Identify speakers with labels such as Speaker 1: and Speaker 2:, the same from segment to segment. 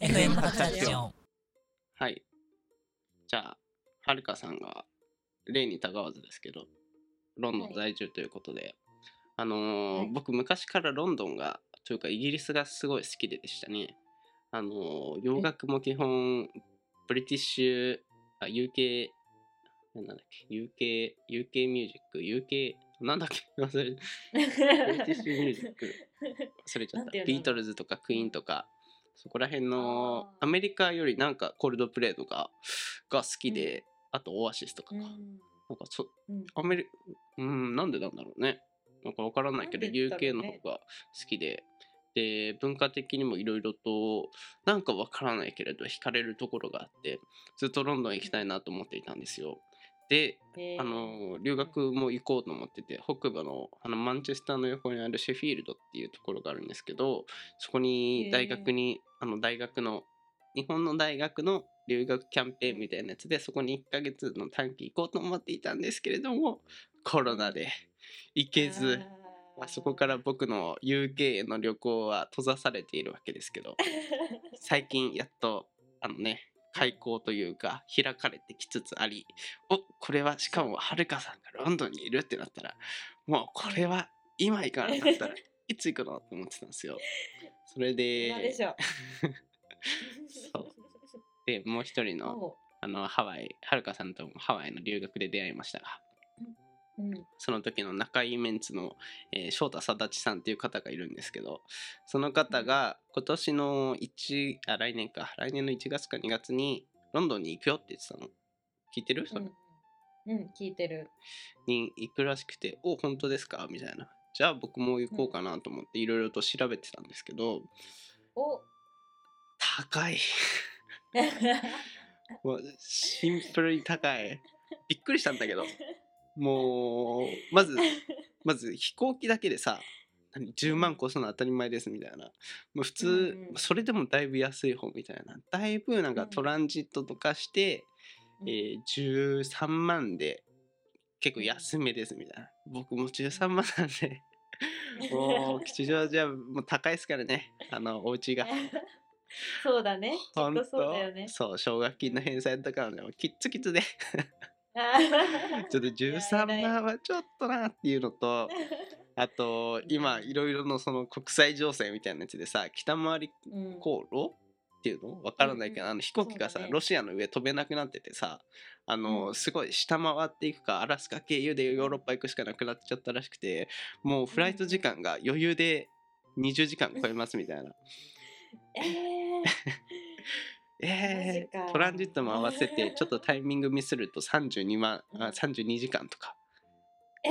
Speaker 1: の円の形を。
Speaker 2: はい。じゃあ、はるかさんが、例にたがわずですけど、ロンドン在住ということで、あのー
Speaker 3: はい
Speaker 2: 僕、昔からロンドンが、というか、イギリスがすごい好きででしたね。あのー洋楽も基本、ブリティッシュ、あ、UK、なんだっけ、UK、UK ミュージック、UK、なんだっけ、忘れ、ブリティッシュミュージック。忘れちゃ
Speaker 3: な
Speaker 2: った
Speaker 3: んていうの
Speaker 2: ビートルズとかクイーンとかそこら辺の
Speaker 3: あー
Speaker 2: アメリカよりなんかコールドプレイとかが好きで、あとオアシスとか
Speaker 3: う
Speaker 2: か、
Speaker 3: ん
Speaker 2: なんかそ
Speaker 3: うん
Speaker 2: アメリうんなんでなんだろうねなんか分からないけど、
Speaker 3: なんでだろ
Speaker 2: UK
Speaker 3: う
Speaker 2: の
Speaker 3: ね
Speaker 2: 方が好きでで文化的にもいろいろとなんか分からないけれど惹かれるところがあってずっとロンドン行きたいなと思っていたんですよで
Speaker 3: へー
Speaker 2: あの留学も行こうと思ってて北部のあのマンチェスターの横にあるシェフィールドっていうところがあるんですけどそこ
Speaker 3: へ
Speaker 2: に
Speaker 3: え
Speaker 2: 大学にあの大学の日本の大学の留学キャンペーンみたいなやつでそこに1ヶ月の短期行こうと思っていたんですけれどもコロナで行けずあそこ から僕の UK への旅行は閉ざされているわけですけど最近やっとあのね開校というか開かれてきつつありおこれはしかもはるかさんがロンドンにいるってなったらもうこれは今行かな かったらいつ行くのと思ってたんですよ。それ
Speaker 3: 今で
Speaker 2: で
Speaker 3: しょ
Speaker 2: そうでもう一人の
Speaker 3: そ
Speaker 2: あのハワイはるかさんともハワイの留学で出会いましたが
Speaker 3: ううん
Speaker 2: その時の仲いいメンツの、えー翔太貞地さんっていう方がいるんですけどその方が今年の1あ来年か来年の1月か2月にロンドンに行くよって言ってたの聞いてるそれ、
Speaker 3: うん、うん、聞いてる
Speaker 2: に行くらしくて「お本当ですか?」みたいなじゃあ僕も行こうかなと思っていろいろと調べてたんですけど
Speaker 3: お
Speaker 2: 高いもうシンプルに高いびっくりしたんだけどもう まずまず飛行機だけでさ何10万越すの当たり前ですみたいなもう普通、
Speaker 3: うんうん
Speaker 2: それでもだいぶ安い方みたいなだいぶなん
Speaker 3: う
Speaker 2: か
Speaker 3: ん
Speaker 2: トランジットとかして、
Speaker 3: うん
Speaker 2: えー13万で結構安めですみたいな僕も13万なんでもう吉祥寺はもう高いですからねあのお家が。
Speaker 3: そうだねきっ
Speaker 2: 本
Speaker 3: と
Speaker 2: 当
Speaker 3: そうだよね
Speaker 2: そう奨学金の返済とかはねもうキッツキツでち
Speaker 3: あ
Speaker 2: ょ
Speaker 3: ー
Speaker 2: っと13万はちょっとなっていうのとあと今いろいろのその国際情勢みたいなやつでさ北回り
Speaker 3: うん
Speaker 2: 航路っていうのわからないけ
Speaker 3: う
Speaker 2: ど、
Speaker 3: んうん
Speaker 2: あの飛行機がさ、
Speaker 3: そうだね
Speaker 2: ロシアの上飛べなくなっててさあの、
Speaker 3: うん
Speaker 2: すごい下回っていくかアラスカ経由でヨーロッパ行くしかなくなっちゃったらしくてもうフライト時間が余裕で20時間超えますみたいな。
Speaker 3: えー
Speaker 2: え
Speaker 3: マジ
Speaker 2: ー、
Speaker 3: か
Speaker 2: トランジットも合わせてちょっとタイミングミスると32万あ32時間とか
Speaker 3: え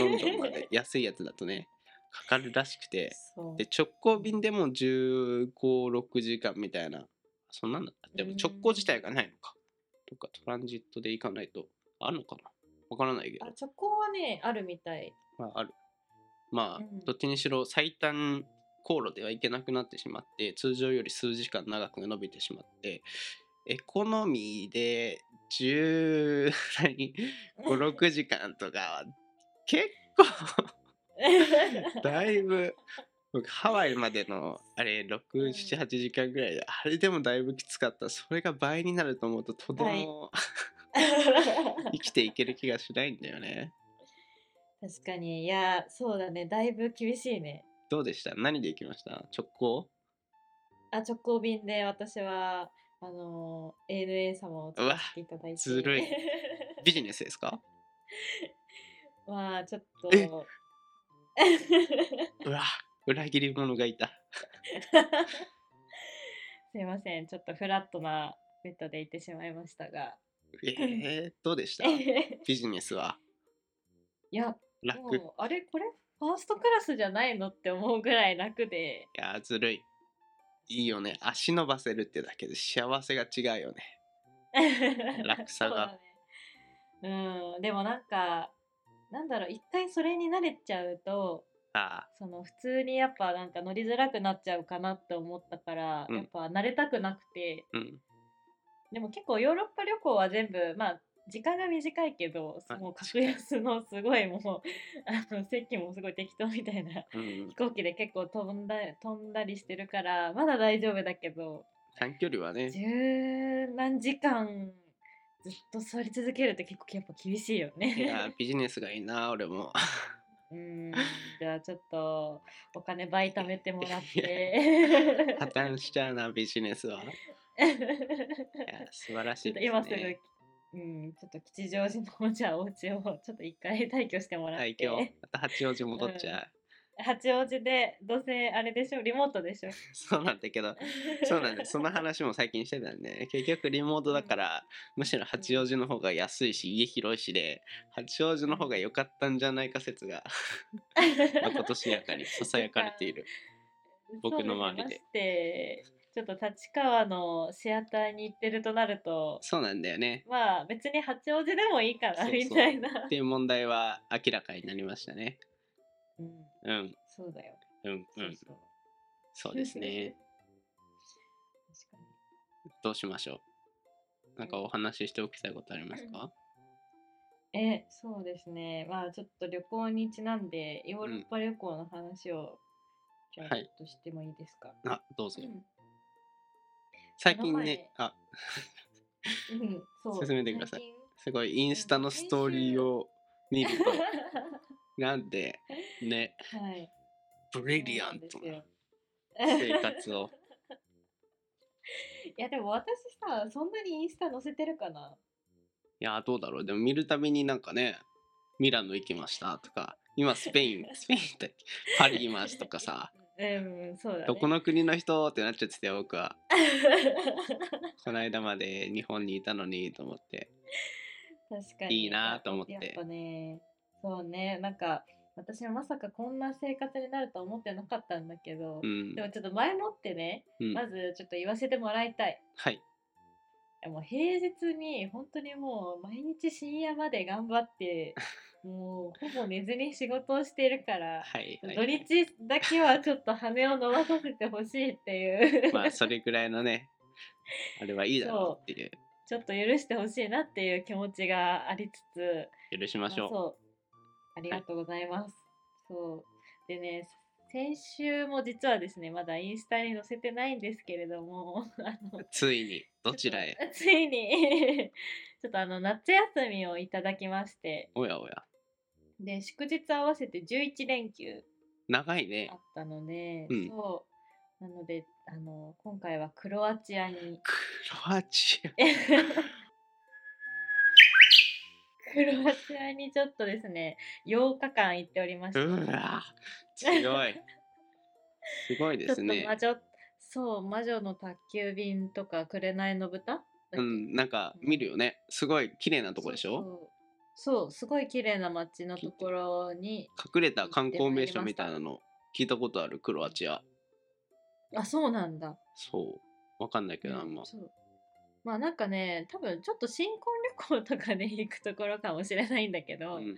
Speaker 2: ロンドンま
Speaker 3: ー
Speaker 2: で安いやつだとねかかるらしくて
Speaker 3: そう
Speaker 2: で直行便でも1516時間みたいなそんなんだったでも直行自体がないのかとかトランジットで行かないとあるのかなわからないけど
Speaker 3: あそこはねあるみた い
Speaker 2: まああるま
Speaker 3: う
Speaker 2: あ、
Speaker 3: ん
Speaker 2: どっちにしろ最短航路では行けなくなってしまって通常より数時間長く伸びてしまってエコノミーで156時間とかは結構 だいぶ僕ハワイまでのあれ
Speaker 3: うん
Speaker 2: 678時間ぐらいであれでもだいぶきつかったそれが倍になると思うととても生きていける気がしないんだよね
Speaker 3: 確かにいやそうだねだいぶ厳しいね
Speaker 2: どうでした何で行きました直行
Speaker 3: あ直行便で私はあのー ANA 様を使わせていただいて
Speaker 2: ずるいビジネスですか
Speaker 3: まあちょっと
Speaker 2: えうわ裏切り者がいた
Speaker 3: すいませんちょっとフラットなベッドで行ってしまいましたが
Speaker 2: えー、どうでした
Speaker 3: い
Speaker 2: ビジネスは
Speaker 3: や
Speaker 2: 楽い
Speaker 3: もうあれこれファーストクラスじゃないのって思うぐらい楽で
Speaker 2: やーずるいいいよね足伸ばせるってだけで幸せが違うよね 楽さ
Speaker 3: そ
Speaker 2: が
Speaker 3: うだねうんでもなんかなんだろう一回それに慣れちゃうと
Speaker 2: あ
Speaker 3: その普通にやっぱなんか乗りづらくなっちゃうかなって思ったから、
Speaker 2: うん
Speaker 3: やっぱ慣れたくなくて
Speaker 2: ーうん
Speaker 3: でも結構ヨーロッパ旅行は全部まあ時間が短いけど
Speaker 2: あ
Speaker 3: もう格安のすごいもう あの席もすごい適当みたいな
Speaker 2: うん
Speaker 3: 飛行機で結構飛んだ飛んだりしてるからまだ大丈夫だけど
Speaker 2: 短距離はね
Speaker 3: 十何時間ずっと座り続けるって結構やっぱ厳しいよ
Speaker 2: いや
Speaker 3: ね。
Speaker 2: ービジネスがいいな俺も
Speaker 3: うんじゃあちょっとお金倍貯めてもらっ
Speaker 2: 破
Speaker 3: て。
Speaker 2: 綻しちゃうなビジネス はいや素晴らし
Speaker 3: ちょ
Speaker 2: い
Speaker 3: っと
Speaker 2: です
Speaker 3: 今すぐ、
Speaker 2: ね
Speaker 3: うん、ちょっと吉祥寺のじゃあお家をちょっと一回退去してもらっ
Speaker 2: 最
Speaker 3: て
Speaker 2: 強また八王子戻っちゃう、
Speaker 3: 八王子でどうせあれでしょリモートでしょ
Speaker 2: そうなんだけど そうなんだその話も最近してたんで結局リモートだからむしろ八王子の方が安いし家広いしで八王子の方が良かったんじゃないか説がまことしやかにささやかれて いる僕の周りで
Speaker 3: そうすねましてちょっと立川のシアターに行ってるとなると
Speaker 2: そうなんだよね
Speaker 3: まあ別に八王子でもいいか
Speaker 2: そ
Speaker 3: な
Speaker 2: うそう
Speaker 3: みたいな
Speaker 2: っていう問題は明らかになりましたね
Speaker 3: うん
Speaker 2: うん
Speaker 3: そうだよ、
Speaker 2: うんう
Speaker 3: そうんそう
Speaker 2: そうですね
Speaker 3: 確かに
Speaker 2: どうしましょうなんかお話ししておきたいことありますか
Speaker 3: え、そうですね。まあちょっと旅行にちなんで、ヨーロッパ旅行の話を、じゃあ
Speaker 2: は
Speaker 3: ち
Speaker 2: い
Speaker 3: ょっとしてもいいですか。
Speaker 2: あどうぞ
Speaker 3: うん
Speaker 2: 最近ねあ
Speaker 3: うん、そう。
Speaker 2: 進めてください
Speaker 3: 最
Speaker 2: すごいインスタのストーリーを見ると
Speaker 3: 近
Speaker 2: なんで ね
Speaker 3: はい。
Speaker 2: ブリリアント
Speaker 3: そうな
Speaker 2: なん
Speaker 3: ですよ
Speaker 2: 生活を
Speaker 3: いや、でも私さ、そんなにインスタ載せてるかな。
Speaker 2: いやーどうだろうでも見るたびになんかねミラノ行きましたとか今スペ インスペインだっけパリいますとかさ
Speaker 3: うん、 そうだ、ね。
Speaker 2: ど この国の人ってなっちゃってて僕は
Speaker 3: 確
Speaker 2: この間まで日本にいたのにと思って
Speaker 3: かに。
Speaker 2: いいなと思って
Speaker 3: やっぱね、そうね、なんか、私はまさかこんな生活になるとは思ってなかったんだけど、
Speaker 2: うん
Speaker 3: でもちょっと前もってね、
Speaker 2: うん
Speaker 3: まずちょっと言わせてもらいたい。
Speaker 2: はい
Speaker 3: もう平日に本当にもう毎日深夜まで頑張 って、もうほぼ寝ずに仕事をしているから、
Speaker 2: はいは
Speaker 3: 土日
Speaker 2: い
Speaker 3: だけはちょっと羽を伸ばさせてほしいっていう、
Speaker 2: まあそれぐらいのねあれはいいだろうっていう
Speaker 3: ちょっと許してほしいなっていう気持ちがありつつ、
Speaker 2: 許しまし
Speaker 3: あ
Speaker 2: ょ
Speaker 3: そうありがとうございます。そうでね先週も実はですねまだインスタに載せてないんですけれどもあの
Speaker 2: うついにどちら
Speaker 3: ち
Speaker 2: へ
Speaker 3: ょっと ついに ちょっとあの夏休みをいただきまして
Speaker 2: おやおや
Speaker 3: で祝日合わせて11連休
Speaker 2: 長いね
Speaker 3: あったので、
Speaker 2: うん
Speaker 3: そうなのであの今回はクロアチアに
Speaker 2: クロアチア
Speaker 3: クロアチアにちょっとですね8日間行っておりまし
Speaker 2: う
Speaker 3: た。
Speaker 2: わ強いすごい
Speaker 3: ちょ
Speaker 2: で
Speaker 3: っと
Speaker 2: す
Speaker 3: 魔
Speaker 2: ね
Speaker 3: 女そう魔女の宅急便とか紅の豚だっけ
Speaker 2: うんなんか見るよねすごい綺麗なとこでし
Speaker 3: そう
Speaker 2: ょ
Speaker 3: そうそうすごい綺麗な街のところに
Speaker 2: 隠れた観光名所みたいなの聞いたことあるクロアチア
Speaker 3: あそうなんだ、
Speaker 2: そうわかんないけどあん
Speaker 3: う
Speaker 2: ま
Speaker 3: んそうまあなんかね多分ちょっと新婚旅行とかで行くところかもしれないんだけど、
Speaker 2: うん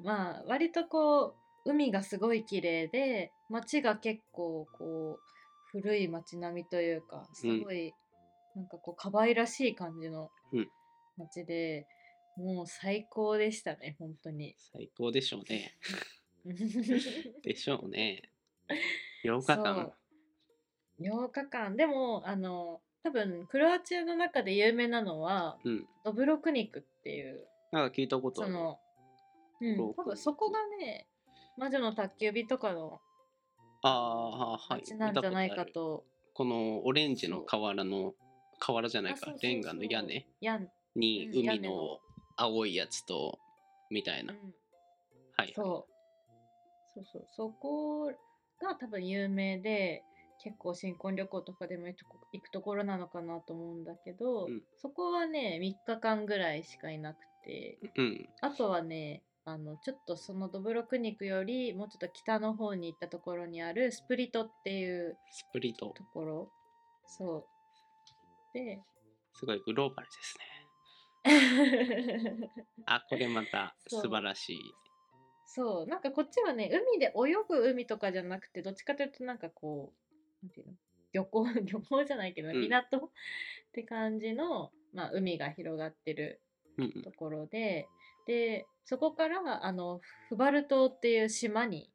Speaker 3: まあ割とこう海がすごい綺麗で街が結構こう古い街並みというかすごい、なんかこう可愛らしい感じの
Speaker 2: うん
Speaker 3: 街で、もう最高でしたね本当 に
Speaker 2: 最高でしょう ねでしょうね8日間
Speaker 3: 8日間でもあの多分クロアチアの中で有名なのは
Speaker 2: うん
Speaker 3: ドブロクニクっていう
Speaker 2: なんか聞いたことあ
Speaker 3: そ
Speaker 2: る
Speaker 3: の、うん、
Speaker 2: ロー
Speaker 3: 多
Speaker 2: クニ
Speaker 3: 分
Speaker 2: ク
Speaker 3: そこがね魔女の宅急便とかの
Speaker 2: ああーはい
Speaker 3: 街なんじゃないか
Speaker 2: 見たことあるこのオレンジの瓦の瓦じゃない
Speaker 3: あそう
Speaker 2: か
Speaker 3: そうそう
Speaker 2: レンガの屋根
Speaker 3: やん、
Speaker 2: に
Speaker 3: うん屋
Speaker 2: 海
Speaker 3: 根の、
Speaker 2: の青いやつとみたいうなんはい
Speaker 3: そう。そうそう。そこが多分有名で、結構新婚旅行とかでも行くとこ行くところなのかなと思うんだけど、
Speaker 2: うん
Speaker 3: そこはね、3日間ぐらいしかいなくて、
Speaker 2: うん
Speaker 3: あとはね、あのちょっとそのドブロクニクよりもうちょっと北の方に行ったところにあるスプリトっていう
Speaker 2: スプリット
Speaker 3: ところそうです
Speaker 2: ごいグローバルですねあこれまた
Speaker 3: そう
Speaker 2: 素晴らしい
Speaker 3: そう、なんかこっちはね、海で泳ぐ海とかじゃなくて、どっちかというとなんかこう、なんていうの漁港、 漁港じゃないけど、
Speaker 2: うん
Speaker 3: 港 って感じの、まあ、海が広がってる
Speaker 2: うん
Speaker 3: ところで、で、そこから、あの、フバル島っていう島に、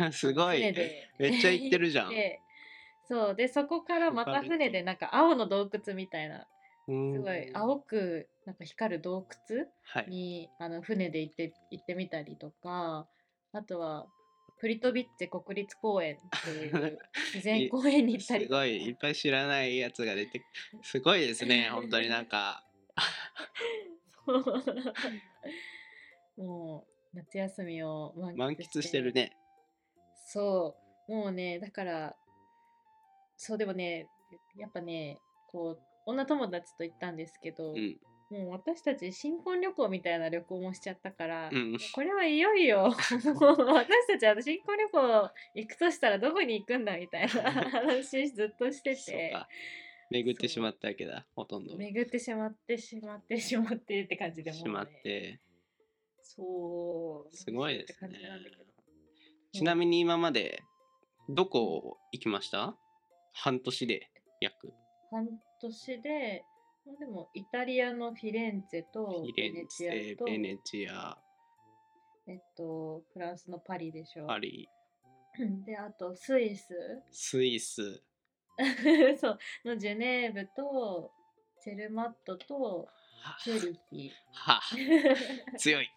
Speaker 2: うん すごい
Speaker 3: 船で
Speaker 2: めっちゃ行ってるじゃ
Speaker 3: 行
Speaker 2: ん
Speaker 3: ってそうでそこからまた船でなんか青の洞窟みたいなす
Speaker 2: す
Speaker 3: ごい青くなんか光る洞窟
Speaker 2: はい
Speaker 3: にあの船で行って行ってみたりとかあとはプリトビッチェ国立公園っていう 自然公園に行っ
Speaker 2: す
Speaker 3: たり
Speaker 2: ごいいっぱい知らないやつが出てすごいですね本当にな んか
Speaker 3: そう もう夏休みを満喫
Speaker 2: 満喫してるね
Speaker 3: そうもうねだからそうでもねやっぱねこう女友達と行ったんですけど、
Speaker 2: うん
Speaker 3: もう私たち新婚旅行みたいな旅行もしちゃったから、
Speaker 2: うん
Speaker 3: これはいよいよ もう私たちは新婚旅行行くとしたらどこに行くんだみたいな話ずっとして
Speaker 2: そう
Speaker 3: て
Speaker 2: か巡ってしまったわけだほとんど
Speaker 3: 巡ってしまってしまってしまってって感じでもう
Speaker 2: しまっ
Speaker 3: ね
Speaker 2: て
Speaker 3: そう
Speaker 2: すごい
Speaker 3: っ
Speaker 2: ですね
Speaker 3: て感じなんだけど
Speaker 2: ちなみに今までどこ行きました半年で約
Speaker 3: 半年で、まあ、でもイタリアのフィレンツェと
Speaker 2: フィレンツェベネ
Speaker 3: と、
Speaker 2: チア
Speaker 3: えっと、フランスのパリでしょ。
Speaker 2: パリ
Speaker 3: で、あとスイス
Speaker 2: スイス
Speaker 3: そうのジュネーブとチェルマットと
Speaker 2: は
Speaker 3: チューリ
Speaker 2: は
Speaker 3: ヒ。
Speaker 2: 強い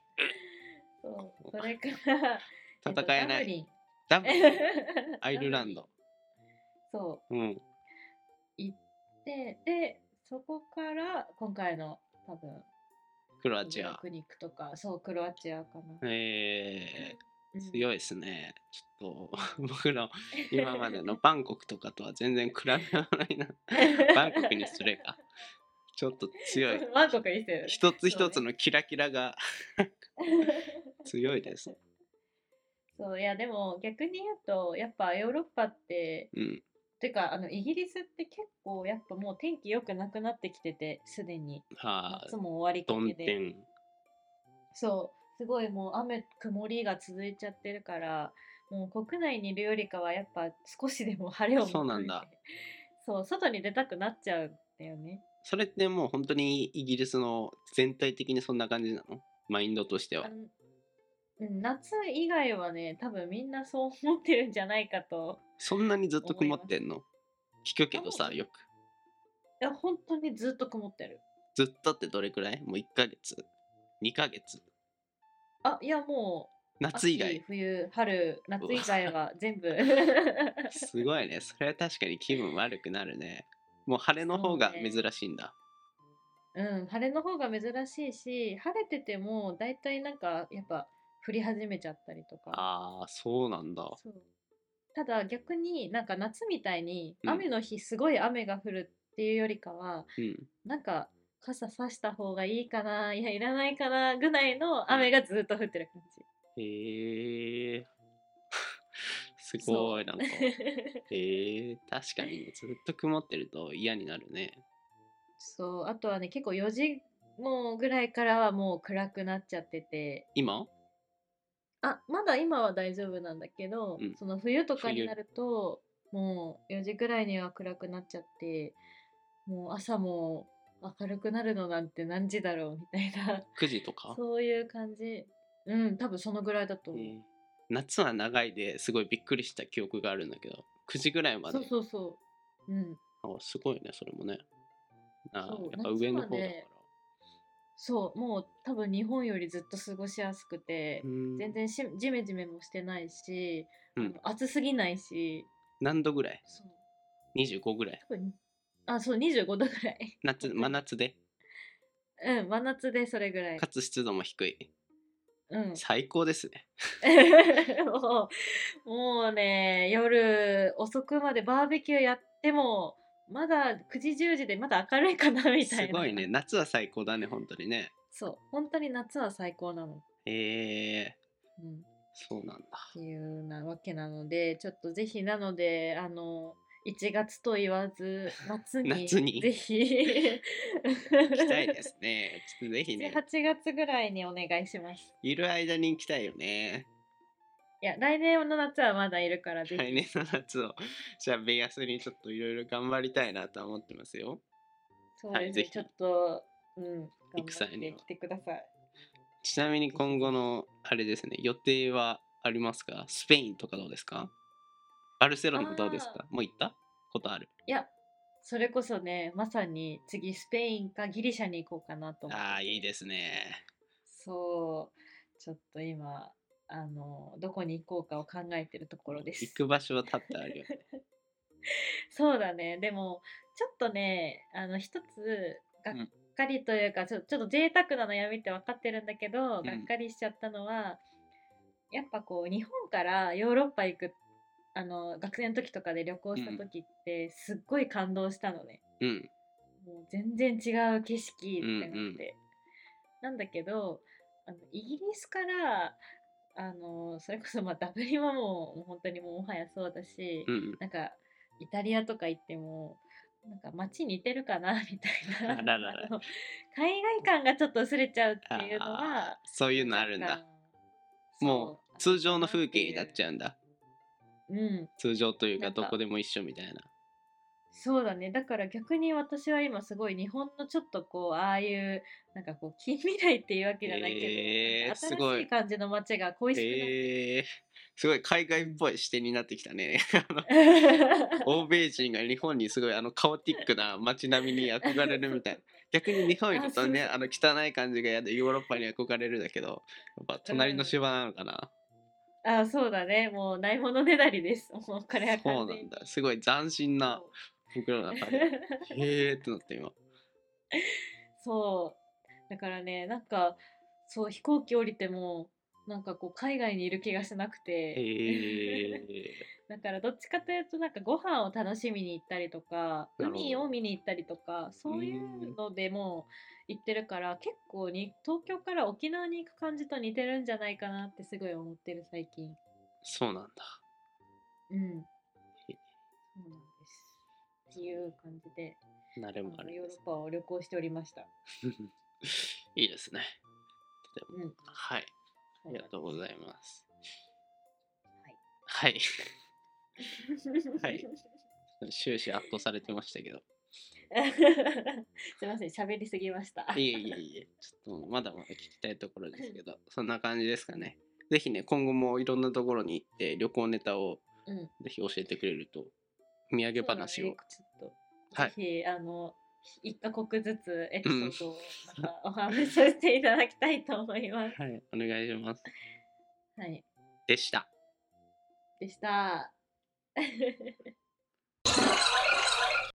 Speaker 3: そうそれから、っと
Speaker 2: 戦えない、ダブ
Speaker 3: ダブ
Speaker 2: リ
Speaker 3: リン
Speaker 2: ン アイルラン。
Speaker 3: ダ
Speaker 2: ド
Speaker 3: ブリン そう
Speaker 2: うん
Speaker 3: 行ってでそこから今回の多分
Speaker 2: ク
Speaker 3: ク
Speaker 2: ロアチア
Speaker 3: ニックとかそうクロアチアかな。
Speaker 2: え
Speaker 3: うん
Speaker 2: ー、強いですねちょっと 僕の今までのバンコクとかとは全然比べられ ないなバンコクに失礼かちょっと強い
Speaker 3: バンコクにしてる。
Speaker 2: 一つ一つのキラキラが強い です
Speaker 3: そういやでも逆に言うとやっぱヨーロッパって
Speaker 2: うん
Speaker 3: てかあのイギリスって結構やっぱもう天気良くなくなってきててすでに
Speaker 2: はあ
Speaker 3: 夏も終わり
Speaker 2: ど
Speaker 3: か
Speaker 2: ん
Speaker 3: けで
Speaker 2: てん
Speaker 3: そうすごいもう雨曇りが続いちゃってるからもう国内にいるよりかはやっぱ少しでも晴れを
Speaker 2: そうなんだ
Speaker 3: 求めてそう外に出たくなっちゃうんだよね
Speaker 2: それってもう本当にイギリスの全体的にそんな感じなのマインドとしては
Speaker 3: あのうん夏以外はね多分みんなそう思ってるんじゃないかと
Speaker 2: そんなにずっと
Speaker 3: 思い
Speaker 2: 曇
Speaker 3: ます
Speaker 2: ってんの聞くけど
Speaker 3: あ
Speaker 2: さ
Speaker 3: もう
Speaker 2: よく
Speaker 3: いや本当にずっと曇ってる
Speaker 2: ずっとってどれくらいもう1ヶ月2ヶ月
Speaker 3: あいやもう
Speaker 2: 夏以外
Speaker 3: 秋冬春夏以外は全部
Speaker 2: すごいねそれは確かに気分悪くなるねもう晴れの方が
Speaker 3: そうね
Speaker 2: 珍しいんだ
Speaker 3: うん晴れの方が珍しいし晴れてても大体なんかやっぱ降り始めちゃったりとか
Speaker 2: ああそうなんだ
Speaker 3: そうただ逆になんか夏みたいに
Speaker 2: うん
Speaker 3: 雨の日すごい雨が降るっていうよりかは、
Speaker 2: うん
Speaker 3: なんか傘さした方がいいかないやいらないかなぐらいの雨がずっと降ってる感じ、
Speaker 2: へえ すごいなんかへえ確かにねずっと曇ってると嫌になるね
Speaker 3: そうあとはね結構4時もうぐらいからはもう暗くなっちゃってて
Speaker 2: 今
Speaker 3: あまだ今は大丈夫なんだけど、
Speaker 2: うん
Speaker 3: その冬とか
Speaker 2: 冬
Speaker 3: になるともう4時くらいには暗くなっちゃってもう朝も明るくなるのなんて何時だろうみたいな
Speaker 2: 9時とか、
Speaker 3: そういう感じうん多分そのぐらいだと
Speaker 2: え
Speaker 3: 思う、
Speaker 2: ー夏は長いですごいびっくりした記憶があるんだけど9時ぐらいまで
Speaker 3: そうそうそううん
Speaker 2: あすごいねそれもねあ
Speaker 3: そう
Speaker 2: やっぱ上
Speaker 3: 夏は
Speaker 2: の方だから
Speaker 3: ね、そうもう多分日本よりずっと過ごしやすくて
Speaker 2: う、ん
Speaker 3: 全然しジメジメもしてないし、
Speaker 2: うん
Speaker 3: あの暑すぎないし
Speaker 2: 何度ぐらい
Speaker 3: そう
Speaker 2: ?25 ぐらい
Speaker 3: 多分あそう25度ぐらい
Speaker 2: 夏真夏で
Speaker 3: うん真夏でそれぐらい
Speaker 2: かつ湿度も低い
Speaker 3: うん
Speaker 2: 最高ですね
Speaker 3: もうもうね夜遅くまでバーベキューやってもまだ9時10時でまだ明るいかなみたい
Speaker 2: す
Speaker 3: な
Speaker 2: ごいね夏は最高だね本当にね
Speaker 3: そう本当に夏は最高なの、
Speaker 2: へえ
Speaker 3: うん、っ
Speaker 2: そ うなんだ
Speaker 3: ていうなわけなのでちょっとぜひなのであの1月と言わ ず夏に
Speaker 2: 夏に
Speaker 3: ぜひ行
Speaker 2: 行きたいですねちょっとぜ ひね
Speaker 3: 8月ぐらいにお願いします
Speaker 2: いる間に行きたいよね
Speaker 3: いや来年の夏はまだいるからぜひ、
Speaker 2: 来年の夏をじゃあベガスにちょっといろいろ頑張りたいなとは思ってますよ
Speaker 3: そうですね、
Speaker 2: はいぜひ
Speaker 3: ちょっとうん
Speaker 2: 行く際に
Speaker 3: 頑張っ
Speaker 2: は
Speaker 3: て来てください
Speaker 2: ちなみに今後のあれですね予定はありますかスペインとかどうですかバルセロナどうですかもう行ったことある
Speaker 3: いや、それこそね、まさに次スペインかギリシャに行こうかなと思って。
Speaker 2: ああいいですね
Speaker 3: そう、ちょっと今、あの、どこに行こうかを考えてるところです
Speaker 2: 行。く場所は立ってあ るよね
Speaker 3: そうだね。でも、ちょっとね、あの、一つ、がっかりというか、ちょちょっと贅沢な悩みって分かってるんだけど、
Speaker 2: ん
Speaker 3: がっかりしちゃったのは、やっぱこう、日本からヨーロッパ行く、あの、学生の時とかで旅行した時って、すっごい感動したのね。
Speaker 2: うん
Speaker 3: もう全然違う景色ってなって。
Speaker 2: うんうん
Speaker 3: なんだけど、あのイギリスから、あの、それこそ、まあ、ダブリンはもう、もう本当にもうもはやそうだし、
Speaker 2: うん
Speaker 3: なんかイタリアとか行ってもなんか街似てるかなみたいな
Speaker 2: あららら
Speaker 3: あの海外感がちょっと薄れちゃうっていうの
Speaker 2: あ
Speaker 3: は
Speaker 2: ーそういうのあるん
Speaker 3: な
Speaker 2: だ
Speaker 3: か
Speaker 2: もう通常の風景になっち
Speaker 3: ゃ
Speaker 2: ゃうんだ
Speaker 3: ううん
Speaker 2: 通常という
Speaker 3: な
Speaker 2: か
Speaker 3: んか
Speaker 2: どこでも一緒みたいな
Speaker 3: そうだねだから逆に私は今すごい日本のちょっとこうああいうなんかこう近未来っていうわけじゃないけど、
Speaker 2: えー
Speaker 3: なんか
Speaker 2: すご
Speaker 3: 新し
Speaker 2: い
Speaker 3: い感じの街が恋しくなって、
Speaker 2: えー、すごい海外っぽい視点になってきたねあの欧米人が日本にすごいあのカオティックな街並みに憧れるみた いな逆に日本いるとね
Speaker 3: あ
Speaker 2: あの汚い感じが嫌でヨーロッパに憧れるだけどやっぱ隣の芝なのかな、
Speaker 3: あそうだねもうないものねだりですもうこれは
Speaker 2: そ
Speaker 3: 完
Speaker 2: うな
Speaker 3: 全
Speaker 2: ん
Speaker 3: に
Speaker 2: だすごい斬新な
Speaker 3: そう
Speaker 2: 僕らの中でへえってなって 今
Speaker 3: そうだからねなんかそう飛行機降りてもなんかこう海外にいる気がしなく
Speaker 2: へ
Speaker 3: て、
Speaker 2: え
Speaker 3: だからどっちかというとなんかご飯を楽しみに行ったりとか
Speaker 2: なるほど
Speaker 3: 海を見に行ったりとかそういうのでも行ってるから結構に東京から沖縄に行く感じと似てるんじゃないかなってすごい思ってる最近
Speaker 2: そうなんだ
Speaker 3: うんそうなんですっていう感じで
Speaker 2: なる
Speaker 3: あ
Speaker 2: もあ
Speaker 3: の
Speaker 2: る
Speaker 3: ヨー
Speaker 2: ん
Speaker 3: ロ
Speaker 2: で
Speaker 3: ッ
Speaker 2: す
Speaker 3: パを旅行しておりました、
Speaker 2: いいですねとても
Speaker 3: うん、
Speaker 2: はいありがとうござ
Speaker 3: ま
Speaker 2: いますはい、
Speaker 3: す
Speaker 2: はい終始圧倒されてましたけど
Speaker 3: すいません、喋りすぎました。
Speaker 2: いえいえいえ、ちょっとまだまだ聞きたいところで すけど、そんな感じですかね。ぜひね、今後もいろんなところに行って旅行ネタを
Speaker 3: うん、
Speaker 2: ぜひ教えてくれると、土産話を、
Speaker 3: そうだねちょっと、
Speaker 2: はい
Speaker 3: ぜひあの一カ国ずつエピソードをまたお話しさせていただきたいと思います。
Speaker 2: はい、お願いします。
Speaker 3: はい、
Speaker 2: でした。
Speaker 3: でした。